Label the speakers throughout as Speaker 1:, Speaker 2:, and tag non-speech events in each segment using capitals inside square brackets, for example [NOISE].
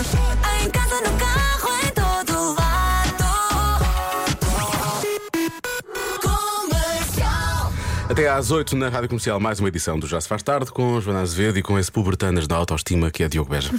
Speaker 1: Hay en casa, no cajo, en todo lado. Comercial.
Speaker 2: Até às 8 na Rádio Comercial, mais uma edição do Já se faz tarde com Joana Azevedo e com esse pubertanas da autoestima que é Diogo Beja.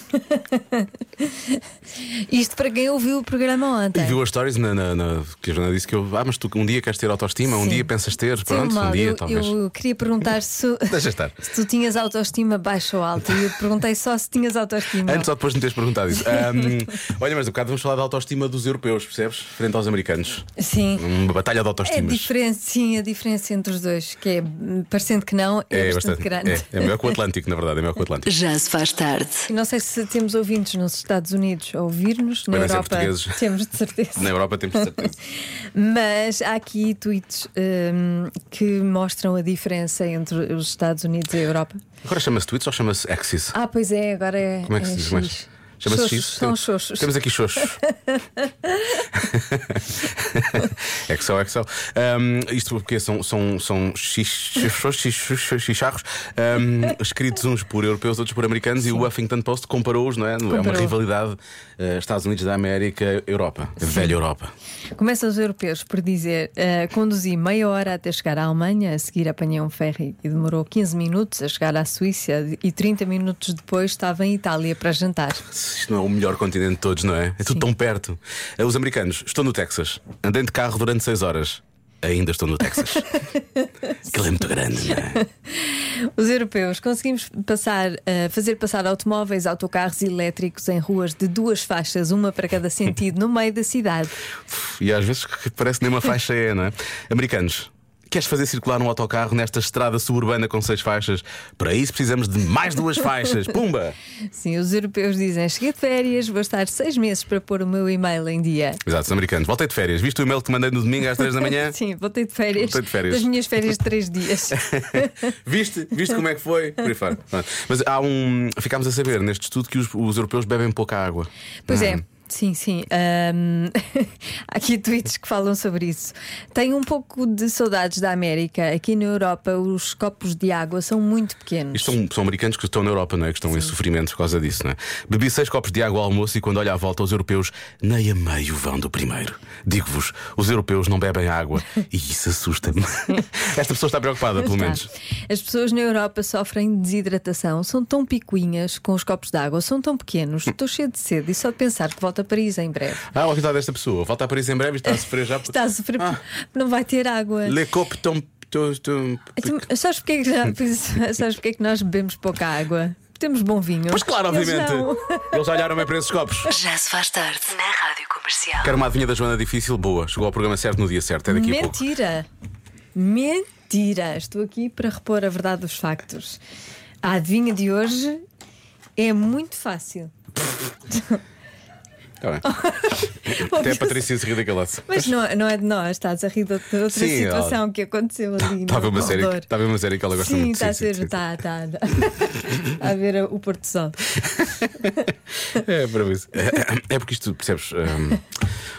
Speaker 3: Isto para quem ouviu o programa
Speaker 2: E
Speaker 3: ontem.
Speaker 2: viu as stories na, na- na- que a Joana disse que eu, ah, mas tu um dia queres ter autoestima, um
Speaker 3: Sim.
Speaker 2: dia pensas ter,
Speaker 3: Teu
Speaker 2: pronto, um
Speaker 3: mal,
Speaker 2: dia
Speaker 3: eu,
Speaker 2: talvez.
Speaker 3: eu queria
Speaker 2: [LAUGHS]
Speaker 3: perguntar se,
Speaker 2: Deixa estar.
Speaker 3: se tu tinhas autoestima baixa ou alta. E eu perguntei só se tinhas autoestima.
Speaker 2: Antes ou depois de me teres perguntado
Speaker 3: [LAUGHS]
Speaker 2: isso. Ahm, olha, mas um bocado vamos falar da autoestima dos europeus, percebes? Frente aos americanos.
Speaker 3: Sim.
Speaker 2: Uma batalha de
Speaker 3: É
Speaker 2: autoestimas.
Speaker 3: diferente, sim, a diferença entre os dois, que é hum, parecendo que não, é, bastante, grande.
Speaker 2: É, é melhor que o Atlântico, na verdade, é melhor que o Atlântico.
Speaker 4: Já se faz tarde.
Speaker 3: [LAUGHS] E Não sei se temos ouvintes nos Estados Unidos a ouvir-nos, na
Speaker 2: Devem ser
Speaker 3: Europa
Speaker 2: portugueses.
Speaker 3: temos de certeza.
Speaker 2: Na Europa temos certeza.
Speaker 3: Mas há aqui tweets hum, que mostram a diferença entre os Estados Unidos e a Europa.
Speaker 2: Agora chama-se Twitch ou chama-se Axis?
Speaker 3: Ah, pois é, agora é.
Speaker 2: Como é que se
Speaker 3: é
Speaker 2: diz
Speaker 3: X.
Speaker 2: mais? Chama-se
Speaker 3: Xoxos,
Speaker 2: X.
Speaker 3: São
Speaker 2: Temos-
Speaker 3: xoxos.
Speaker 2: Temos aqui
Speaker 3: [LAUGHS]
Speaker 2: xoxos. XO, XO. Um, isto porque são, são, são xix- xoxos, xix- xoxos, xixarros um, escritos uns por europeus, outros por americanos e o Huffington Post comparou-os, não é? É uma
Speaker 3: Comparou.
Speaker 2: rivalidade eh, Estados Unidos da América, Europa. Velha Europa.
Speaker 3: Começam os europeus por dizer: eh, conduzi meia hora até chegar à Alemanha, a seguir apanhei um ferry e demorou 15 minutos a chegar à Suíça e 30 minutos depois estava em Itália para jantar.
Speaker 2: Isto não é o melhor continente de todos, não é? É tudo tão perto. Eh, Os americanos, estou no Texas. Andei de carro durante 6 horas. Ainda estou no
Speaker 3: [LAUGHS]
Speaker 2: Texas. Aquilo é muito grande, não é?
Speaker 3: Os europeus conseguimos passar, eh, fazer passar automóveis, autocarros elétricos em ruas de duas faixas, uma para cada sentido, no meio da cidade.
Speaker 2: E às vezes que parece que nem uma faixa é, não é? Americanos, queres fazer circular um autocarro nesta estrada suburbana com seis faixas? Para isso precisamos de mais duas faixas. Pumba!
Speaker 3: Sim, os europeus dizem: cheguei de férias, vou estar seis meses para pôr o meu e-mail em dia.
Speaker 2: Exato, os americanos. Voltei de férias. Viste o e-mail que te mandei no domingo às três da manhã?
Speaker 3: [LAUGHS] Sim, voltei de férias.
Speaker 2: Voltei de férias.
Speaker 3: Das minhas férias de
Speaker 2: [LAUGHS]
Speaker 3: três dias.
Speaker 2: Viste? Viste como é que foi? Por aí fora. Pronto. Mas há um. Ficámos a saber neste estudo que os, os europeus bebem pouca água.
Speaker 3: Pois
Speaker 2: Hum.
Speaker 3: é. Sim, sim. Ahm, [LAUGHS] Há aqui tweets que falam sobre isso. Tenho um pouco de saudades da América. Aqui na Europa, os copos de água são muito pequenos.
Speaker 2: Isto são, são americanos que estão na Europa, não é? Que estão em sofrimento por causa disso, não é? Bebi seis copos de água ao almoço e quando olho à volta, os europeus nem a meio vão do primeiro. Digo-vos, os europeus não bebem água e isso
Speaker 3: [LAUGHS]
Speaker 2: assusta-me. Esta pessoa está preocupada, pelo menos.
Speaker 3: As pessoas na Europa sofrem de desidratação. São tão picuinhas com os copos de água. São tão pequenos. Estou cheia de sede e só de pensar que volto a Paris em breve.
Speaker 2: Ah, olha que está desta pessoa. Volta a Paris em breve e está a sofrer já.
Speaker 3: Está a sofrer.
Speaker 2: Ah.
Speaker 3: Não vai ter água.
Speaker 2: Le copo tão. tão- tão-
Speaker 3: Então, Sabes porque, é que já- [LAUGHS] sabes porque é que nós bebemos pouca água? Temos bom vinho.
Speaker 2: Pois claro,
Speaker 3: Eles
Speaker 2: obviamente.
Speaker 3: não.
Speaker 2: Eles olharam bem para esses
Speaker 3: [LAUGHS]
Speaker 2: copos.
Speaker 4: Já se faz tarde na Rádio Comercial.
Speaker 2: Quero uma adivinha da Joana difícil, boa. Chegou ao programa certo no dia certo, é daqui a pouco.
Speaker 3: Mentira! Mentira! Estou aqui para repor a verdade dos factos. A adivinha de hoje é muito fácil.
Speaker 2: Está Tá
Speaker 3: [LAUGHS]
Speaker 2: bem. É Até a Patrícia se rir daquele lado.
Speaker 3: Mas não, não é de nós, estás a rir de outra outra
Speaker 2: Sim,
Speaker 3: situação que aconteceu ali.
Speaker 2: Estava
Speaker 3: no
Speaker 2: uma, série,
Speaker 3: corredor.
Speaker 2: estava uma série que ela gosta
Speaker 3: Sim, tá
Speaker 2: muito
Speaker 3: está a ser.
Speaker 2: sim, sim.
Speaker 3: Está, está. Tá a ver o Porto Sol.
Speaker 2: [LAUGHS] É, para mim. É, é porque isto, percebes? hum,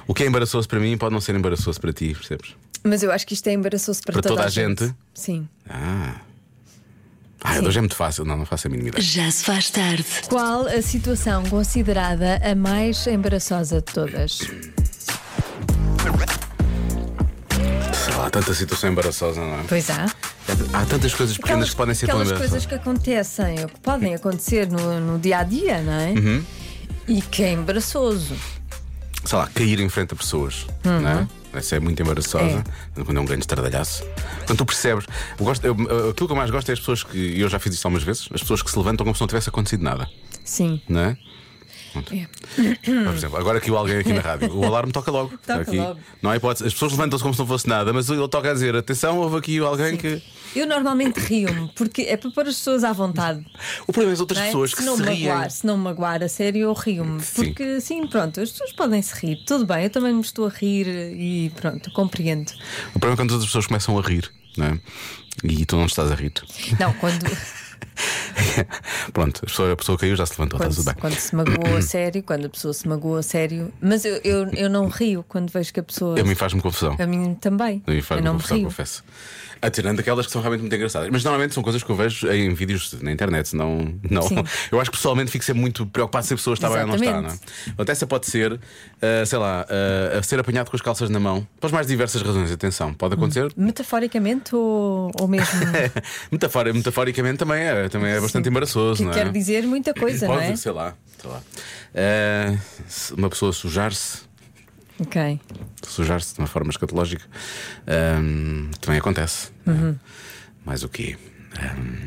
Speaker 2: o que é embaraçoso para mim pode não ser embaraçoso para ti, percebes?
Speaker 3: Mas eu acho que isto é embaraçoso para,
Speaker 2: Para toda a gente?
Speaker 3: Sim.
Speaker 2: Ah. Ah, hoje é muito fácil, não, não faço a mínima ideia.
Speaker 4: Já se faz tarde.
Speaker 3: Qual a situação considerada a mais embaraçosa de todas?
Speaker 2: Sei lá, tanta situação embaraçosa, não é?
Speaker 3: Pois há.
Speaker 2: Há tantas coisas pequenas que podem ser tão
Speaker 3: aquelas
Speaker 2: embaraçosas.
Speaker 3: coisas que acontecem, ou que podem acontecer no, no dia a dia, não é?
Speaker 2: Uhum.
Speaker 3: E que é embaraçoso.
Speaker 2: Sei lá, cair em frente a pessoas, não é? Essa é muito embaraçosa, quando é um grande estardalhaço. Quando tu percebes, eu gosto, eu- aquilo que eu mais gosto é as pessoas que, e eu já fiz isto algumas vezes, as pessoas que se levantam como se não tivesse acontecido nada.
Speaker 3: Sim.
Speaker 2: não é? Pronto. Por exemplo, agora aqui o alguém aqui na rádio, o alarme toca logo.
Speaker 3: [LAUGHS] Toca
Speaker 2: Aqui,
Speaker 3: logo.
Speaker 2: Não há hipótese, as pessoas levantam-se como se não fosse nada, mas ele toca a dizer: atenção, houve aqui alguém que.
Speaker 3: Eu normalmente rio-me, porque é para pôr as pessoas à vontade.
Speaker 2: O problema é as outras
Speaker 3: não é?
Speaker 2: pessoas que
Speaker 3: se não
Speaker 2: se
Speaker 3: me
Speaker 2: riem.
Speaker 3: magoar, se não me magoar, a sério, eu rio-me.
Speaker 2: Sim.
Speaker 3: Porque assim, pronto, as pessoas podem se rir. Tudo bem, eu também me estou a rir e pronto, compreendo.
Speaker 2: O problema é
Speaker 3: [LAUGHS]
Speaker 2: quando as outras pessoas começam a rir, não é? E tu não estás a rir.
Speaker 3: Não, quando.
Speaker 2: [LAUGHS] Pronto, a pessoa, a pessoa caiu, já se levantou, está
Speaker 3: Quando,
Speaker 2: tudo
Speaker 3: se,
Speaker 2: bem.
Speaker 3: quando se magoou a sério, quando a pessoa se magoou a sério. Mas eu, eu, eu não rio quando vejo que a pessoa.
Speaker 2: A mim faz-me confusão.
Speaker 3: A mim também.
Speaker 2: A mim faz
Speaker 3: eu
Speaker 2: uma
Speaker 3: não me
Speaker 2: confusão,
Speaker 3: rio.
Speaker 2: confesso. Atirando aquelas que são realmente muito engraçadas. Mas normalmente são coisas que eu vejo em vídeos na internet, não. não.
Speaker 3: Sim.
Speaker 2: [LAUGHS] Eu acho que pessoalmente fico sempre muito preocupado se a pessoa está bem ou não está.
Speaker 3: Exatamente.
Speaker 2: Não é? Portanto, essa pode ser, ah, sei lá, ah, a ser apanhado com as calças na mão, pelas mais diversas razões, atenção,
Speaker 3: Hum.
Speaker 2: pode acontecer. [LAUGHS]
Speaker 3: Metaforicamente ou, ou mesmo.
Speaker 2: Metafora- metaforicamente também é, também é bastante
Speaker 3: Sim.
Speaker 2: embaraçoso,
Speaker 3: que
Speaker 2: não é?
Speaker 3: quer dizer muita coisa,
Speaker 2: pode,
Speaker 3: não é?
Speaker 2: sei lá, sei lá. Ah, se uma pessoa sujar-se.
Speaker 3: Ok.
Speaker 2: sujar-se de uma forma escatológica hum, também acontece.
Speaker 3: Uhum.
Speaker 2: Mais o quê? Hum,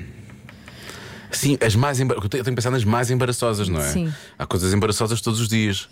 Speaker 2: sim, as mais emba- eu tenho eu tenho pensado nas mais embaraçosas, não é?
Speaker 3: Sim.
Speaker 2: Há coisas embaraçosas todos os dias.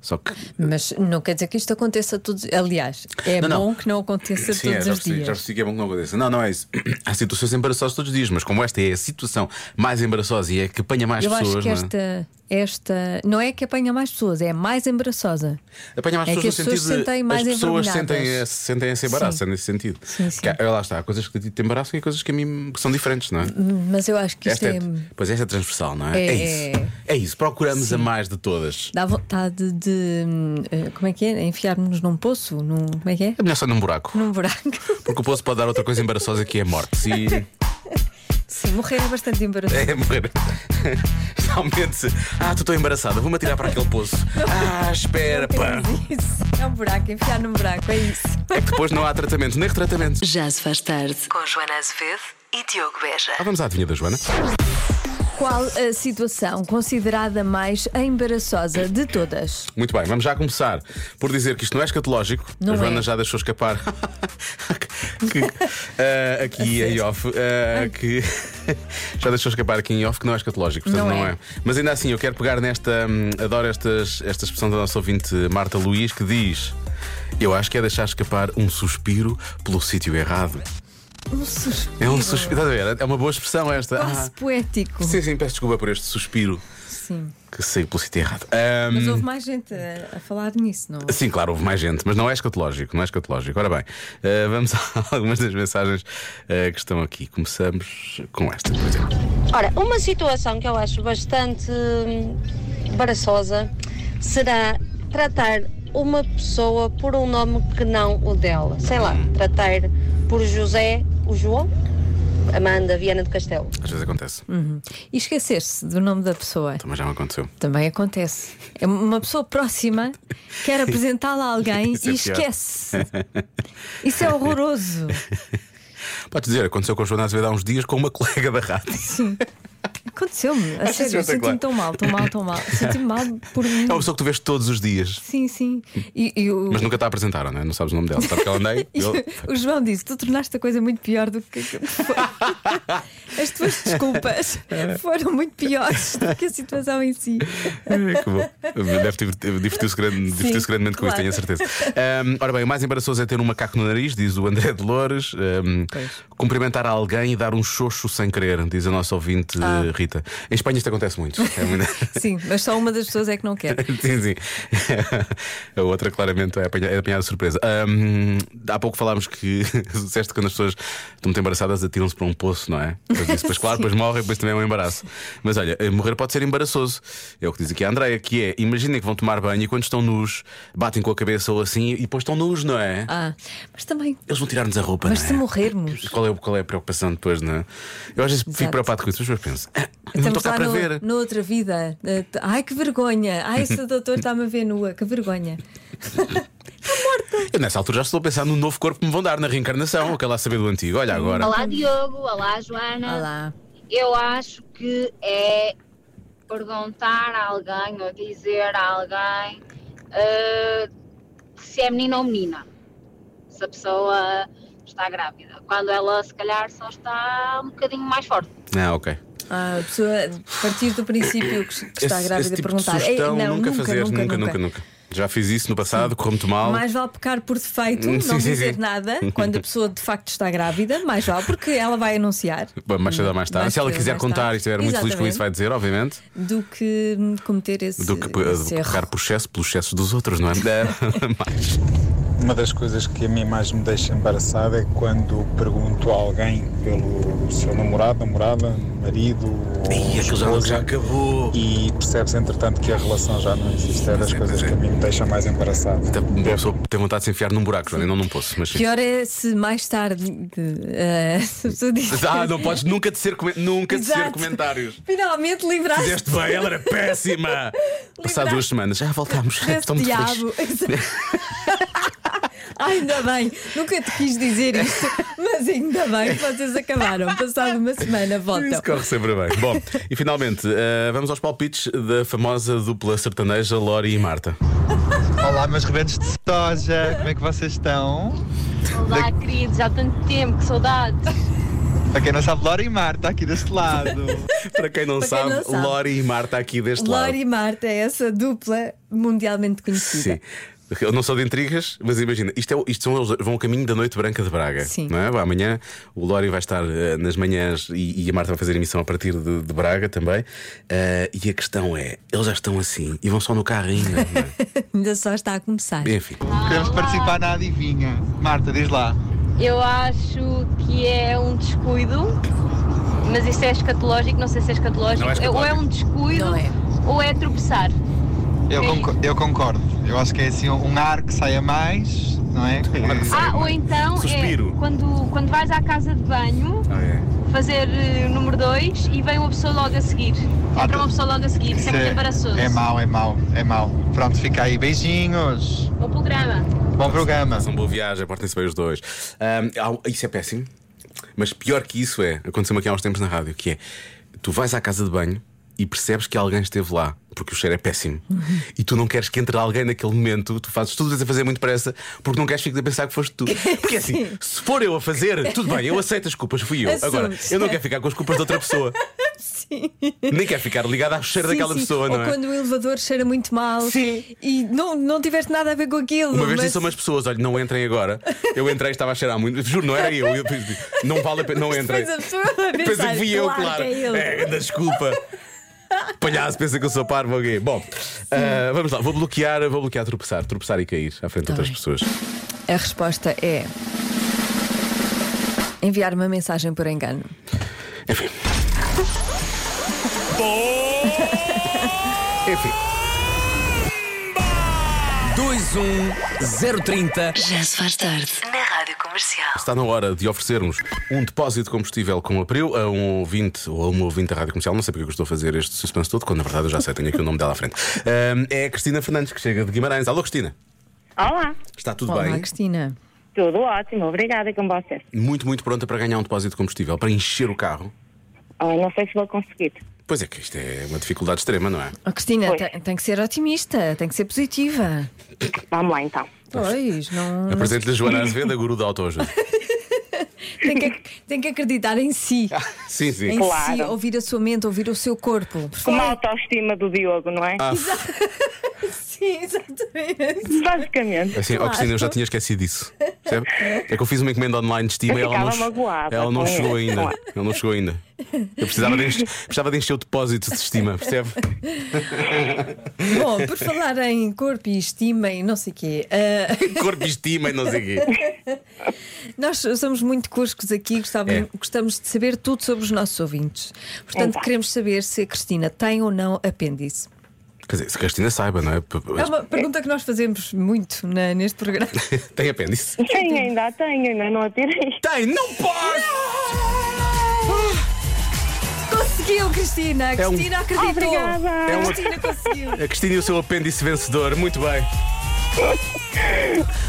Speaker 2: Só que
Speaker 3: Mas não quer dizer que isto aconteça todos. Aliás, é
Speaker 2: Não, não.
Speaker 3: bom que não aconteça
Speaker 2: Sim, é,
Speaker 3: todos
Speaker 2: já
Speaker 3: os
Speaker 2: percebi, já
Speaker 3: dias.
Speaker 2: percebi que é bom que não aconteça. Não, não é isso. [CLEARS THROAT] Há situações embaraçosas todos os dias, mas como esta é a situação mais embaraçosa e é que apanha mais
Speaker 3: eu
Speaker 2: pessoas,
Speaker 3: acho que
Speaker 2: não é?
Speaker 3: esta, esta. Não é que apanha mais pessoas, é a mais embaraçosa.
Speaker 2: Apanha mais
Speaker 3: É que
Speaker 2: pessoas
Speaker 3: as
Speaker 2: no
Speaker 3: pessoas
Speaker 2: sentido de-
Speaker 3: sentem mais
Speaker 2: as pessoas
Speaker 3: envergonhadas.
Speaker 2: sentem, esse- sentem esse embaraço, é nesse sentido.
Speaker 3: Sim, sim.
Speaker 2: Que há- lá está, há coisas que te embaraçam e coisas que a mim que são diferentes, não é?
Speaker 3: Mas eu acho que isto
Speaker 2: Esta é-
Speaker 3: é.
Speaker 2: pois esta é transversal, não é?
Speaker 3: É-
Speaker 2: isso. É isso. Procuramos a mais de todas.
Speaker 3: Dá vontade de. hum, eh, Como é que é? Enfiar-nos num poço? Num, como é que é?
Speaker 2: É melhor só num buraco.
Speaker 3: Num buraco.
Speaker 2: Porque o poço pode dar outra coisa embaraçosa que é a morte. E
Speaker 3: [LAUGHS] Sim, morrer é bastante embaraçoso.
Speaker 2: é morrer. [LAUGHS] Realmente. Ah, tu estou embaraçada, vou-me atirar para aquele poço. Ah, espera, pá.
Speaker 3: [LAUGHS] Isso, É um buraco, enfiar num buraco, é isso.
Speaker 2: É que depois não há tratamento, nem retratamento.
Speaker 4: Já se faz tarde. Com Joana Azevedo e Diogo Beja.
Speaker 2: Ah, vamos à adivinha da Joana.
Speaker 3: Qual a situação considerada mais embaraçosa de todas?
Speaker 2: Muito bem, vamos já começar por dizer que isto não é escatológico.
Speaker 3: Não
Speaker 2: a Joana
Speaker 3: é.
Speaker 2: já deixou
Speaker 3: [LAUGHS]
Speaker 2: escapar que, eh, aqui em off. eh, que [LAUGHS] já deixou escapar aqui em off que não é escatológico, portanto não,
Speaker 3: Não
Speaker 2: é.
Speaker 3: é.
Speaker 2: Mas ainda assim, eu quero pegar nesta. hum, adoro estas, esta expressão da nossa ouvinte Marta Luís que diz: Eu acho que é deixar escapar um suspiro pelo sítio errado.
Speaker 3: Um suspiro.
Speaker 2: É um suspiro. Estás a ver? É uma boa expressão esta.
Speaker 3: Quase
Speaker 2: Ah,
Speaker 3: poético.
Speaker 2: sim, sim, peço desculpa por este suspiro
Speaker 3: Sim.
Speaker 2: que saiu pelo sítio errado. Hum, Ahm,
Speaker 3: Mas houve mais gente a, a falar nisso, não?
Speaker 2: Sim, claro, houve mais gente, mas não é escatológico, não é escatológico. Ora bem, eh, vamos [LAUGHS] a algumas das mensagens eh, que estão aqui. Começamos com esta, por exemplo.
Speaker 5: Ora, uma situação que eu acho bastante hum, embaraçosa será tratar uma pessoa por um nome que não o dela. Sei lá, tratar por José o João, Amanda Viana do Castelo.
Speaker 2: Às vezes acontece.
Speaker 3: Hum. Uhum. E esquecer-se do nome da pessoa
Speaker 2: Também já me aconteceu.
Speaker 3: também acontece. É uma pessoa próxima quer apresentá-la a alguém
Speaker 2: Isso é
Speaker 3: e
Speaker 2: pior. [LAUGHS]
Speaker 3: esquece. Isso é horroroso.
Speaker 2: Podes dizer, aconteceu com a Joana Azevedo há uns dias com uma [LAUGHS] colega da rádio.
Speaker 3: Aconteceu-me, a
Speaker 2: Acho
Speaker 3: sério, eu
Speaker 2: espetacular.
Speaker 3: senti-me tão mal, tão mal, tão mal. Senti-me mal por mim.
Speaker 2: É uma pessoa que tu vês todos os dias,
Speaker 3: Sim, sim. E, e o,
Speaker 2: mas nunca te a apresentaram, não é? Não sabes o nome dela. Sabe que ela
Speaker 3: [LAUGHS]
Speaker 2: andei?
Speaker 3: e
Speaker 2: eu-
Speaker 3: o João disse: Tu tornaste a coisa muito pior do que que
Speaker 2: [LAUGHS]
Speaker 3: foi. As tuas desculpas foram muito piores do que a situação em si.
Speaker 2: É, que bom. Deve ter- divertiu-se grande, divertiu grandemente com isto,
Speaker 3: claro.
Speaker 2: tenho a certeza. Ahm, ora bem, o mais embaraçoso é ter um macaco no nariz, diz o André de Loures. Ahm, cumprimentar alguém e dar um xoxo sem querer, diz a nossa ouvinte eh, Rita. Em Espanha isto acontece muito. É muito...
Speaker 3: [LAUGHS]
Speaker 2: [LAUGHS]
Speaker 3: Sim, mas só uma das pessoas é que não quer.
Speaker 2: sim, [LAUGHS] sim. A outra, claramente, é apanha- é apanhada de surpresa. Ahm, há pouco falámos que [LAUGHS] disseste que quando as pessoas estão muito embaraçadas atiram-se para um poço, não é? Depois, disso, depois
Speaker 3: [LAUGHS]
Speaker 2: claro, depois morrem, depois também é um embaraço. Mas olha, eh, morrer pode ser embaraçoso. É o que diz aqui a Andreia, que é: imaginem que vão tomar banho e quando estão nus, batem com a cabeça ou assim e depois estão nus, não é?
Speaker 3: Ah, mas também,
Speaker 2: Eles vão tirar-nos a roupa,
Speaker 3: mas
Speaker 2: não é?
Speaker 3: se morrermos.
Speaker 2: Qual é, o- qual é a preocupação depois, não é? Eu às vezes fico
Speaker 3: Exato.
Speaker 2: preocupado com isso, mas depois penso, ah, não estou
Speaker 3: Estamos
Speaker 2: cá
Speaker 3: lá
Speaker 2: para
Speaker 3: no-
Speaker 2: ver.
Speaker 3: noutra vida. Eh, t- Ai que vergonha!
Speaker 2: [LAUGHS]
Speaker 3: Ai, esse doutor está-me a ver nua, que vergonha.
Speaker 2: Eu nessa altura já estou a pensar no novo corpo que me vão dar na reencarnação, ou que é lá saber do antigo. Olha agora.
Speaker 6: Olá Diogo, olá Joana.
Speaker 3: Olá.
Speaker 6: Eu acho que é perguntar a alguém ou dizer a alguém eh, se é menino ou menina, se a pessoa está grávida, quando ela se calhar só está um bocadinho mais forte.
Speaker 2: Ah, ok.
Speaker 3: Ah, a pessoa, a partir do princípio que s- que está
Speaker 2: esse,
Speaker 3: grávida,
Speaker 2: esse tipo
Speaker 3: perguntar.
Speaker 2: de
Speaker 3: "Ei,
Speaker 2: sugestão
Speaker 3: não,
Speaker 2: nunca,
Speaker 3: nunca
Speaker 2: fazer,
Speaker 3: nunca,
Speaker 2: nunca, nunca, nunca. Já fiz isso no passado, correu-me mal.
Speaker 3: Mais vale pecar por defeito,
Speaker 2: Hum,
Speaker 3: não
Speaker 2: sim, sim,
Speaker 3: dizer
Speaker 2: sim.
Speaker 3: nada, quando a pessoa de facto está grávida, mais vale, porque ela vai anunciar.
Speaker 2: Bom, Mais cedo ou mais tarde.
Speaker 3: Mais
Speaker 2: Se ela
Speaker 3: cedo ou
Speaker 2: quiser
Speaker 3: mais
Speaker 2: contar
Speaker 3: tarde.
Speaker 2: e estiver muito feliz com isso,
Speaker 3: Exatamente.
Speaker 2: vai dizer, obviamente.
Speaker 3: Do que hum, cometer esse,
Speaker 2: Do que
Speaker 3: esse
Speaker 2: uh, [LAUGHS]
Speaker 3: erro. [LAUGHS]
Speaker 2: carregar por excesso, pelos excessos dos outros, não é? É, mais.
Speaker 7: Uma das coisas que a mim mais me deixa embaraçada é quando pergunto a alguém pelo seu namorado, namorada, marido ou
Speaker 2: Ih, aquilo já,
Speaker 7: esposa
Speaker 2: já acabou.
Speaker 7: e percebes entretanto que a relação já não existe. É das coisas que a mim me deixa mais embaraçada.
Speaker 2: Até Uma pessoa tem vontade de se enfiar num buraco, Joana, não num poço. Mas sim.
Speaker 3: Pior é se mais tarde. eh, [LAUGHS] se a pessoa
Speaker 2: [LAUGHS]
Speaker 3: diz.
Speaker 2: Ah, não podes nunca tecer, comen- nunca tecer
Speaker 3: Exato.
Speaker 2: comentários.
Speaker 3: Finalmente livraste
Speaker 2: Fizeste bem, ela era
Speaker 3: [LAUGHS]
Speaker 2: péssima. Passado duas semanas, já voltámos.
Speaker 3: desse
Speaker 2: Estou muito feliz. [LAUGHS]
Speaker 3: diabo. Ai, ainda bem, nunca te quis dizer isto, [LAUGHS] mas ainda bem que vocês acabaram. Passado uma semana, voltam.
Speaker 2: Isso corre sempre bem.
Speaker 3: [LAUGHS]
Speaker 2: Bom, e finalmente, eh, vamos aos palpites da famosa dupla sertaneja Lori e Marta.
Speaker 8: Olá, meus rebentos de soja, como é que vocês estão?
Speaker 5: Olá, queridos, há tanto tempo, que saudade.
Speaker 8: Para quem não sabe, Laura e Marta aqui
Speaker 5: [LAUGHS]
Speaker 8: deste lado.
Speaker 2: Para quem não,
Speaker 3: Para quem
Speaker 2: sabe,
Speaker 3: não sabe.
Speaker 2: Lori e Marta aqui deste
Speaker 3: Lori
Speaker 2: lado.
Speaker 3: e Marta é essa dupla mundialmente conhecida.
Speaker 2: Sim. Eu não sou de intrigas, mas imagina, isto, é, o- isto são, eles vão a caminho da Noite Branca de Braga.
Speaker 3: Sim.
Speaker 2: Não é? Bom, amanhã o Lori vai estar eh, nas manhãs e, e a Marta vai fazer emissão a partir de, de Braga também. Eh, e a questão é, eles já estão assim e vão só no carro ainda.
Speaker 3: [LAUGHS]
Speaker 2: não
Speaker 3: Ainda só está a começar.
Speaker 2: é? Enfim,
Speaker 5: Ah,
Speaker 8: Queremos participar na adivinha. Marta, diz lá.
Speaker 5: Eu acho que é um descuido, mas isso é escatológico, não sei se é escatológico.
Speaker 2: Não é escatológico.
Speaker 5: Ou é um descuido,
Speaker 3: Não é.
Speaker 5: ou é tropeçar.
Speaker 8: Eu,
Speaker 5: Sim.
Speaker 8: concor- eu concordo. Eu acho que é assim um ar que saia mais, não é? Que-
Speaker 5: Ah, ou então
Speaker 2: Suspiro.
Speaker 5: é quando, quando vais à casa de banho
Speaker 3: Ah, é.
Speaker 5: fazer eh, o número 2 e vem uma pessoa logo a seguir.
Speaker 8: Ah,
Speaker 5: Entra
Speaker 8: tá.
Speaker 5: uma pessoa logo a seguir,
Speaker 8: Isso
Speaker 5: sempre
Speaker 8: é-
Speaker 5: embaraçoso.
Speaker 8: É mau, é mau, é mau. Pronto, fica aí. Beijinhos.
Speaker 5: O programa.
Speaker 8: Bom programa.
Speaker 2: são boa viagem, portem-se bem os dois. Ahm, há um- isso é péssimo, mas pior que isso é, aconteceu-me aqui há uns tempos na rádio, que é tu vais à casa de banho e percebes que alguém esteve lá, porque o cheiro é péssimo, e tu não queres que entre alguém naquele momento, tu fazes tudo isso a fazer muito pressa, porque não queres ficar a pensar que foste tu. Porque
Speaker 3: [LAUGHS]
Speaker 2: assim, se for eu a fazer, tudo bem, eu aceito as culpas, fui eu.
Speaker 3: Assumes.
Speaker 2: Agora, eu não quero ficar com as culpas de outra
Speaker 3: [LAUGHS]
Speaker 2: pessoa. Nem quero ficar ligado ao cheiro
Speaker 3: Sim,
Speaker 2: daquela
Speaker 3: sim.
Speaker 2: pessoa, não
Speaker 3: Ou
Speaker 2: é?
Speaker 3: quando o elevador cheira muito mal
Speaker 2: Sim.
Speaker 3: e não, não tiveste nada a ver com aquilo.
Speaker 2: Uma vez
Speaker 3: mas...
Speaker 2: disse a umas pessoas: olha, não entrem agora. Eu entrei e estava a cheirar muito. Juro, não era eu. eu fiz- não vale a pena, não entrem.
Speaker 3: Depois a pessoa
Speaker 2: [LAUGHS]
Speaker 3: vai
Speaker 2: Pensa
Speaker 3: pensar,
Speaker 2: que fui eu,
Speaker 3: claro,
Speaker 2: claro.
Speaker 3: que é ele.
Speaker 2: É, da desculpa.
Speaker 3: [LAUGHS]
Speaker 2: Palhaço, pensa que eu sou parvo ou quê? Bom, ah, vamos lá, vou bloquear, vou bloquear tropeçar, tropeçar e cair à frente de
Speaker 3: Tá
Speaker 2: outras
Speaker 3: bem.
Speaker 2: pessoas.
Speaker 3: A resposta é enviar uma mensagem por engano.
Speaker 2: Enfim. Enfim.
Speaker 9: 21030
Speaker 1: Já se faz tarde.
Speaker 4: Na Rádio Comercial.
Speaker 2: Está na hora de oferecermos um depósito de combustível com abril a um ouvinte ou a uma ouvinte da Rádio Comercial. Não sei porque é eu estou a fazer este suspense todo, quando na verdade eu já sei, tenho aqui o nome dela à frente. Ahm, é a Cristina Fernandes, que chega de Guimarães. Alô, Cristina.
Speaker 10: Olá,
Speaker 2: Está tudo
Speaker 3: Olá,
Speaker 2: bem?
Speaker 3: Cristina.
Speaker 10: tudo ótimo, obrigada com vocês.
Speaker 2: Muito, muito pronta para ganhar um depósito de combustível, para encher o carro.
Speaker 10: Ah, não sei se vou conseguir.
Speaker 2: Pois é, que isto é uma dificuldade extrema, não é?
Speaker 3: Oh, Cristina,
Speaker 10: Oi.
Speaker 3: tem, tem que ser otimista, tem que ser positiva.
Speaker 10: Vamos lá então.
Speaker 3: Pois,
Speaker 10: Uhum.
Speaker 3: não.
Speaker 2: Apresento-lhe a Joana Azevedo, a guru da
Speaker 10: [LAUGHS]
Speaker 2: autoajuda.
Speaker 3: Tem que, ac- tem que acreditar em si.
Speaker 2: Sim,
Speaker 3: Em
Speaker 2: sim.
Speaker 10: Ah, Claro.
Speaker 3: si, ouvir a sua mente, ouvir o seu corpo.
Speaker 10: Como a autoestima do Diogo, não
Speaker 11: Ah.
Speaker 10: é?
Speaker 3: Sim, exatamente.
Speaker 10: [LAUGHS] Basicamente.
Speaker 2: Assim, ó Cristina, eu já tinha esquecido disso. percebe? É que eu fiz uma encomenda online de estima
Speaker 10: Eu
Speaker 2: e ela não,
Speaker 10: ficava magoada
Speaker 2: ela não
Speaker 10: com
Speaker 2: chegou
Speaker 10: isso,
Speaker 2: ainda.
Speaker 10: não é?
Speaker 2: Ela não chegou ainda. Eu precisava de, enche- precisava de encher o depósito de estima, percebe?
Speaker 3: Bom, por falar em corpo e estima e não sei o quê, ah,
Speaker 2: Corpo e estima e não sei o quê.
Speaker 3: [LAUGHS] nós somos muito cuscos aqui, gostávamos,
Speaker 2: É.
Speaker 3: gostamos de saber tudo sobre os nossos ouvintes. Portanto,
Speaker 10: Então.
Speaker 3: queremos saber se a Cristina tem ou não apêndice.
Speaker 2: Quer dizer, se a Cristina saiba, não é?
Speaker 10: Tá
Speaker 2: P- p-
Speaker 3: É uma pergunta que nós fazemos muito na- neste programa.
Speaker 2: [LAUGHS] Tem apêndice?
Speaker 10: Tenho ainda, tenho ainda, não atirei.
Speaker 2: Tem, não posso!
Speaker 3: Conseguiu, Cristina! A
Speaker 2: É um-
Speaker 3: Cristina acreditou!
Speaker 10: Obrigada.
Speaker 2: É
Speaker 3: A
Speaker 2: uma-
Speaker 3: Cristina conseguiu!
Speaker 2: A Cristina e o seu apêndice vencedor, muito bem.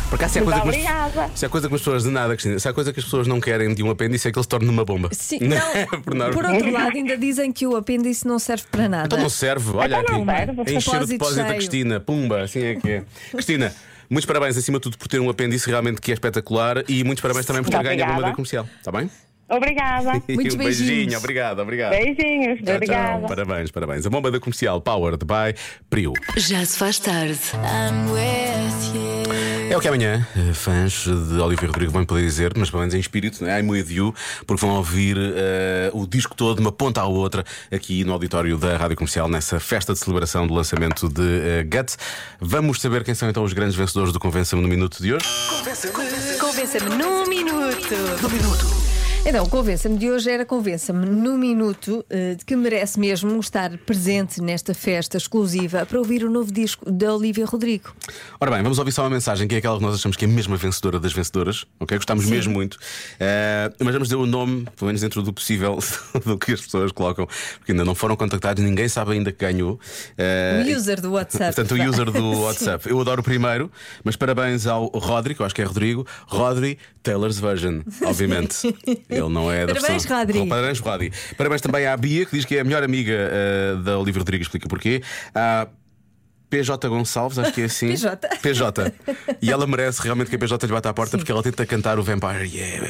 Speaker 2: Por acaso, se há, coisa
Speaker 10: Muito
Speaker 2: que
Speaker 10: obrigada.
Speaker 2: as, se há coisa que as pessoas de nada, Cristina, se há coisa que as pessoas não querem de um apêndice é que ele se torne numa bomba.
Speaker 3: Sim,
Speaker 2: Não, é
Speaker 3: não,
Speaker 2: [LAUGHS] por nada.
Speaker 3: por outro lado, ainda dizem que o apêndice não serve para nada.
Speaker 2: Então não serve, olha
Speaker 10: Então não
Speaker 2: aqui.
Speaker 10: serve.
Speaker 2: a encher o
Speaker 3: Depósito
Speaker 2: depósito da
Speaker 3: cheio.
Speaker 2: Cristina, pumba, assim é que é. Cristina, muitos parabéns acima de tudo por ter um apêndice realmente que é espetacular e muitos parabéns também por ter
Speaker 10: Muito
Speaker 2: ganho a bomba
Speaker 10: obrigada.
Speaker 2: da comercial, está bem?
Speaker 10: Obrigada.
Speaker 3: Muitos
Speaker 2: um beijinho,
Speaker 3: beijinhos.
Speaker 2: obrigado, obrigado.
Speaker 10: Beijinhos,
Speaker 11: Então,
Speaker 2: Tchau,
Speaker 10: obrigada.
Speaker 2: tchau. Parabéns, parabéns. A bomba da comercial, powered by Priu.
Speaker 4: Já se faz tarde.
Speaker 1: I'm with you.
Speaker 2: É o que amanhã eh, fãs de Olivia Rodrigo vão poder dizer, mas pelo menos em espírito, né? I'm with you, porque vão ouvir eh, o disco todo, de uma ponta à outra, aqui no auditório da Rádio Comercial, nessa festa de celebração do lançamento de eh, Guts. Vamos saber quem são então os grandes vencedores do Convença-me no Minuto de hoje.
Speaker 1: Convença-me num minuto.
Speaker 3: Então, o convença-me de hoje era convença-me no minuto eh, de que merece mesmo estar presente nesta festa exclusiva para ouvir o novo disco da Olivia Rodrigo.
Speaker 2: Ora bem, vamos ouvir só uma mensagem que é aquela que nós achamos que é mesmo a vencedora das vencedoras, ok? Gostamos mesmo muito. Eh, mas vamos dizer o nome, pelo menos dentro do possível, [LAUGHS] do que as pessoas colocam, porque ainda não foram contactados, ninguém sabe ainda que ganhou. Eh,
Speaker 3: O user do WhatsApp.
Speaker 2: Portanto,
Speaker 3: vá.
Speaker 2: o user do
Speaker 3: [LAUGHS] Sim.
Speaker 2: WhatsApp. Eu adoro o primeiro, mas parabéns ao Rodrigo, acho que é Rodrigo. Rodri Taylor's
Speaker 3: [LAUGHS]
Speaker 2: Version, obviamente. Ele não é da
Speaker 3: Parabéns,
Speaker 2: versão-
Speaker 3: Rodri.
Speaker 2: Oh, parabéns, Rodri. Parabéns também à Bia, que diz que é a melhor amiga eh, da Olivia Rodrigo, explica porquê. À PJ Gonçalves, acho que é assim.
Speaker 3: PJ.
Speaker 2: PJ. E ela merece realmente que a PJ lhe bata à porta porque ela tenta cantar o Vampire. Yeah.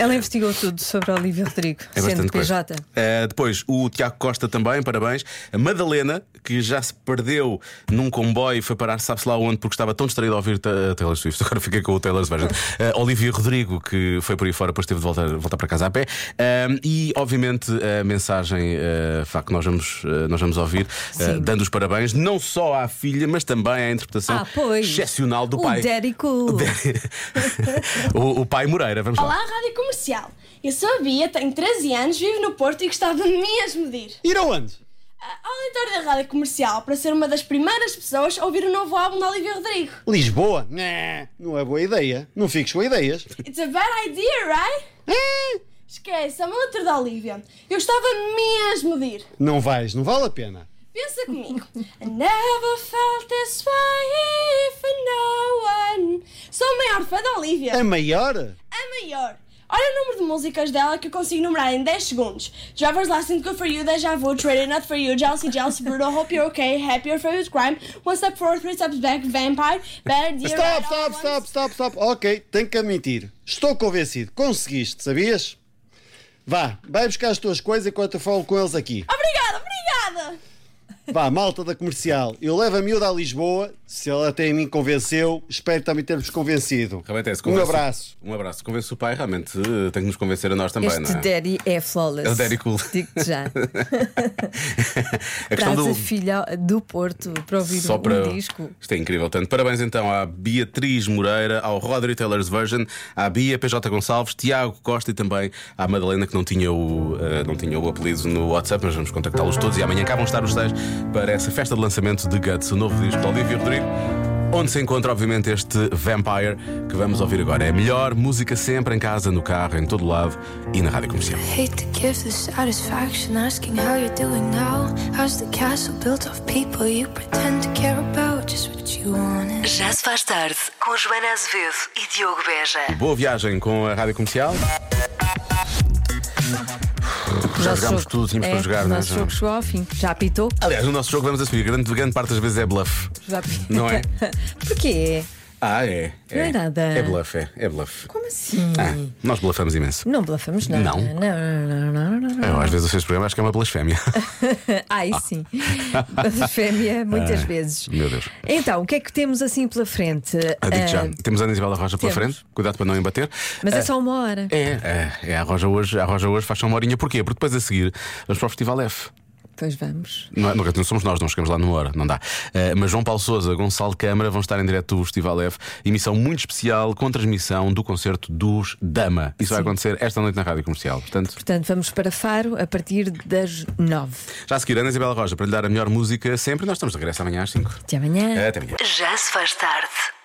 Speaker 3: Ela investigou tudo sobre a Olivia Rodrigo,
Speaker 2: É
Speaker 3: sendo
Speaker 2: bastante coisa.
Speaker 3: PJ.
Speaker 2: Eh, depois, o Tiago Costa também, parabéns. A Madalena, que já se perdeu num comboio e foi parar, sabe-se lá onde, porque estava tão distraída a ouvir ta- a Taylor Swift. [LAUGHS] Agora fiquei com o Taylor Swift. Eh, Olivia Rodrigo, que foi por aí fora, depois teve de voltar, voltar para casa a pé. Ahm, e, obviamente, a mensagem eh, vá, que nós vamos, eh, nós vamos ouvir, eh, dando os parabéns não só à filha, mas também à interpretação
Speaker 3: Ah, pois.
Speaker 2: excepcional do
Speaker 3: o
Speaker 2: pai.
Speaker 3: Daddy Cool.
Speaker 2: [LAUGHS] o, o pai Moreira, vamos lá.
Speaker 9: Olá, Rádio Comercial. Eu sou a Bia, tenho 13 anos, vivo no Porto e gostava [LAUGHS] mesmo de ir
Speaker 11: Ir aonde?
Speaker 9: ah, ao auditório da Rádio Comercial para ser uma das primeiras pessoas a ouvir o novo álbum da Olivia Rodrigo.
Speaker 11: Lisboa? Né, não é boa ideia. Não fiques com ideias.
Speaker 9: It's a bad idea, right?
Speaker 11: Hum?
Speaker 9: Esquece, é uma letra da Olivia. Eu gostava mesmo de ir.
Speaker 11: Não vais, não vale a pena.
Speaker 9: Pensa comigo. I never felt this way for no one. Sou a maior fã da Olivia.
Speaker 11: A maior?
Speaker 9: a maior. Olha o número de músicas dela que eu consigo numerar em 10 segundos. Driver's License, Good For You, Deja Vu, Traded Not For You, Jealousy, Jealousy, Brutal, Hope You're Okay, Happier, Favorite Crime, One Step Forward, Three Steps Back, Vampire, Better Dear... Right
Speaker 11: Stop,
Speaker 9: All
Speaker 11: stop,
Speaker 9: At
Speaker 11: stop,
Speaker 9: Once.
Speaker 11: stop, stop. Ok, tenho que admitir. Estou convencido. Conseguiste, sabias? Vá, vai buscar as tuas coisas enquanto eu falo com eles aqui.
Speaker 9: Obrigada, obrigada!
Speaker 11: Vá, malta da comercial. Eu levo a miúda a Lisboa. Se ela até a mim convenceu, espero também ter-vos convencido.
Speaker 2: Realmente é, se
Speaker 11: Um
Speaker 2: convence-
Speaker 11: abraço.
Speaker 2: Um abraço. Convence o pai, realmente eh, tem que nos convencer a nós também,
Speaker 3: Este
Speaker 2: não é?
Speaker 3: Daddy é flawless.
Speaker 2: É o Daddy Cool.
Speaker 3: Digo-te já.
Speaker 2: [LAUGHS] a questão
Speaker 3: Traz
Speaker 2: do.
Speaker 3: a filha do Porto para ouvir
Speaker 2: Só
Speaker 3: o
Speaker 2: para...
Speaker 3: disco.
Speaker 2: Isto é incrível. Tanto parabéns então à Beatriz Moreira, ao Rodri Taylor's Version, à Bia PJ Gonçalves, Tiago Costa e também à Madalena, que não tinha o, eh, não tinha o apelido no WhatsApp, mas vamos contactá-los todos e amanhã cá vão estar os seis para essa festa de lançamento de Guts, o novo disco de Olivia Rodrigo. Onde se encontra, obviamente, este Vampire que vamos ouvir agora. É a melhor música sempre em casa, no carro, em todo lado e na rádio comercial.
Speaker 1: Hate to give the satisfaction asking how you're doing now. How's the castle built of people you pretend to care about? Just what you wanted.
Speaker 4: Já se faz tarde com Joana Azevedo e Diogo Beja.
Speaker 2: Boa viagem com a rádio comercial. Já
Speaker 3: Nosso
Speaker 2: jogámos
Speaker 3: jogo-
Speaker 2: tudo, tínhamos
Speaker 3: é,
Speaker 2: para jogar,
Speaker 3: O
Speaker 2: não é?
Speaker 3: nosso jogo chegou ao fim. Já apitou?
Speaker 2: Aliás, no nosso jogo vamos assumir, grande, grande parte das vezes é bluff.
Speaker 3: Já apitou.
Speaker 2: Não é?
Speaker 3: [LAUGHS] Porquê?
Speaker 2: Ah, é.
Speaker 3: Não é nada.
Speaker 2: É bluff, é, é bluff.
Speaker 3: Como assim?
Speaker 2: Ah, nós bluffamos imenso.
Speaker 3: Não bluffamos nada.
Speaker 2: Não.
Speaker 3: não, não, não,
Speaker 2: [LAUGHS]
Speaker 3: não, não.
Speaker 2: Eu, às vezes o sexto programa acho que é uma
Speaker 3: [LAUGHS]
Speaker 2: blasfémia.
Speaker 3: Ai, sim. [LAUGHS] Fêmea, muitas vezes.
Speaker 2: Ah, Meu Deus.
Speaker 3: Então, o que é que temos assim pela frente?
Speaker 2: Ah, digo
Speaker 3: Ah,
Speaker 2: já. Temos a Ana Isabela Roja pela
Speaker 3: temos.
Speaker 2: frente, cuidado para não embater.
Speaker 3: mas é
Speaker 2: Ah,
Speaker 3: só uma hora.
Speaker 2: É, é, é a Roja hoje, a Roja hoje faz só uma horinha. Porquê? Porque depois a seguir vamos para o Festival F.
Speaker 3: Pois vamos.
Speaker 2: Não, é- não, não somos nós, não chegamos lá numa hora, não dá. Eh, mas João Paulo Souza, Gonçalo Câmara vão estar em direto do Festival F, emissão muito especial com transmissão do concerto dos Dama. Isso vai acontecer esta noite na rádio comercial. Portanto,
Speaker 3: Portanto, vamos para Faro a partir das nove.
Speaker 2: já a seguir, Ana Isabela Roja, para lhe dar a melhor música sempre. Nós estamos de regresso amanhã às 5.
Speaker 3: Até amanhã.
Speaker 2: Até amanhã.
Speaker 4: Já se faz tarde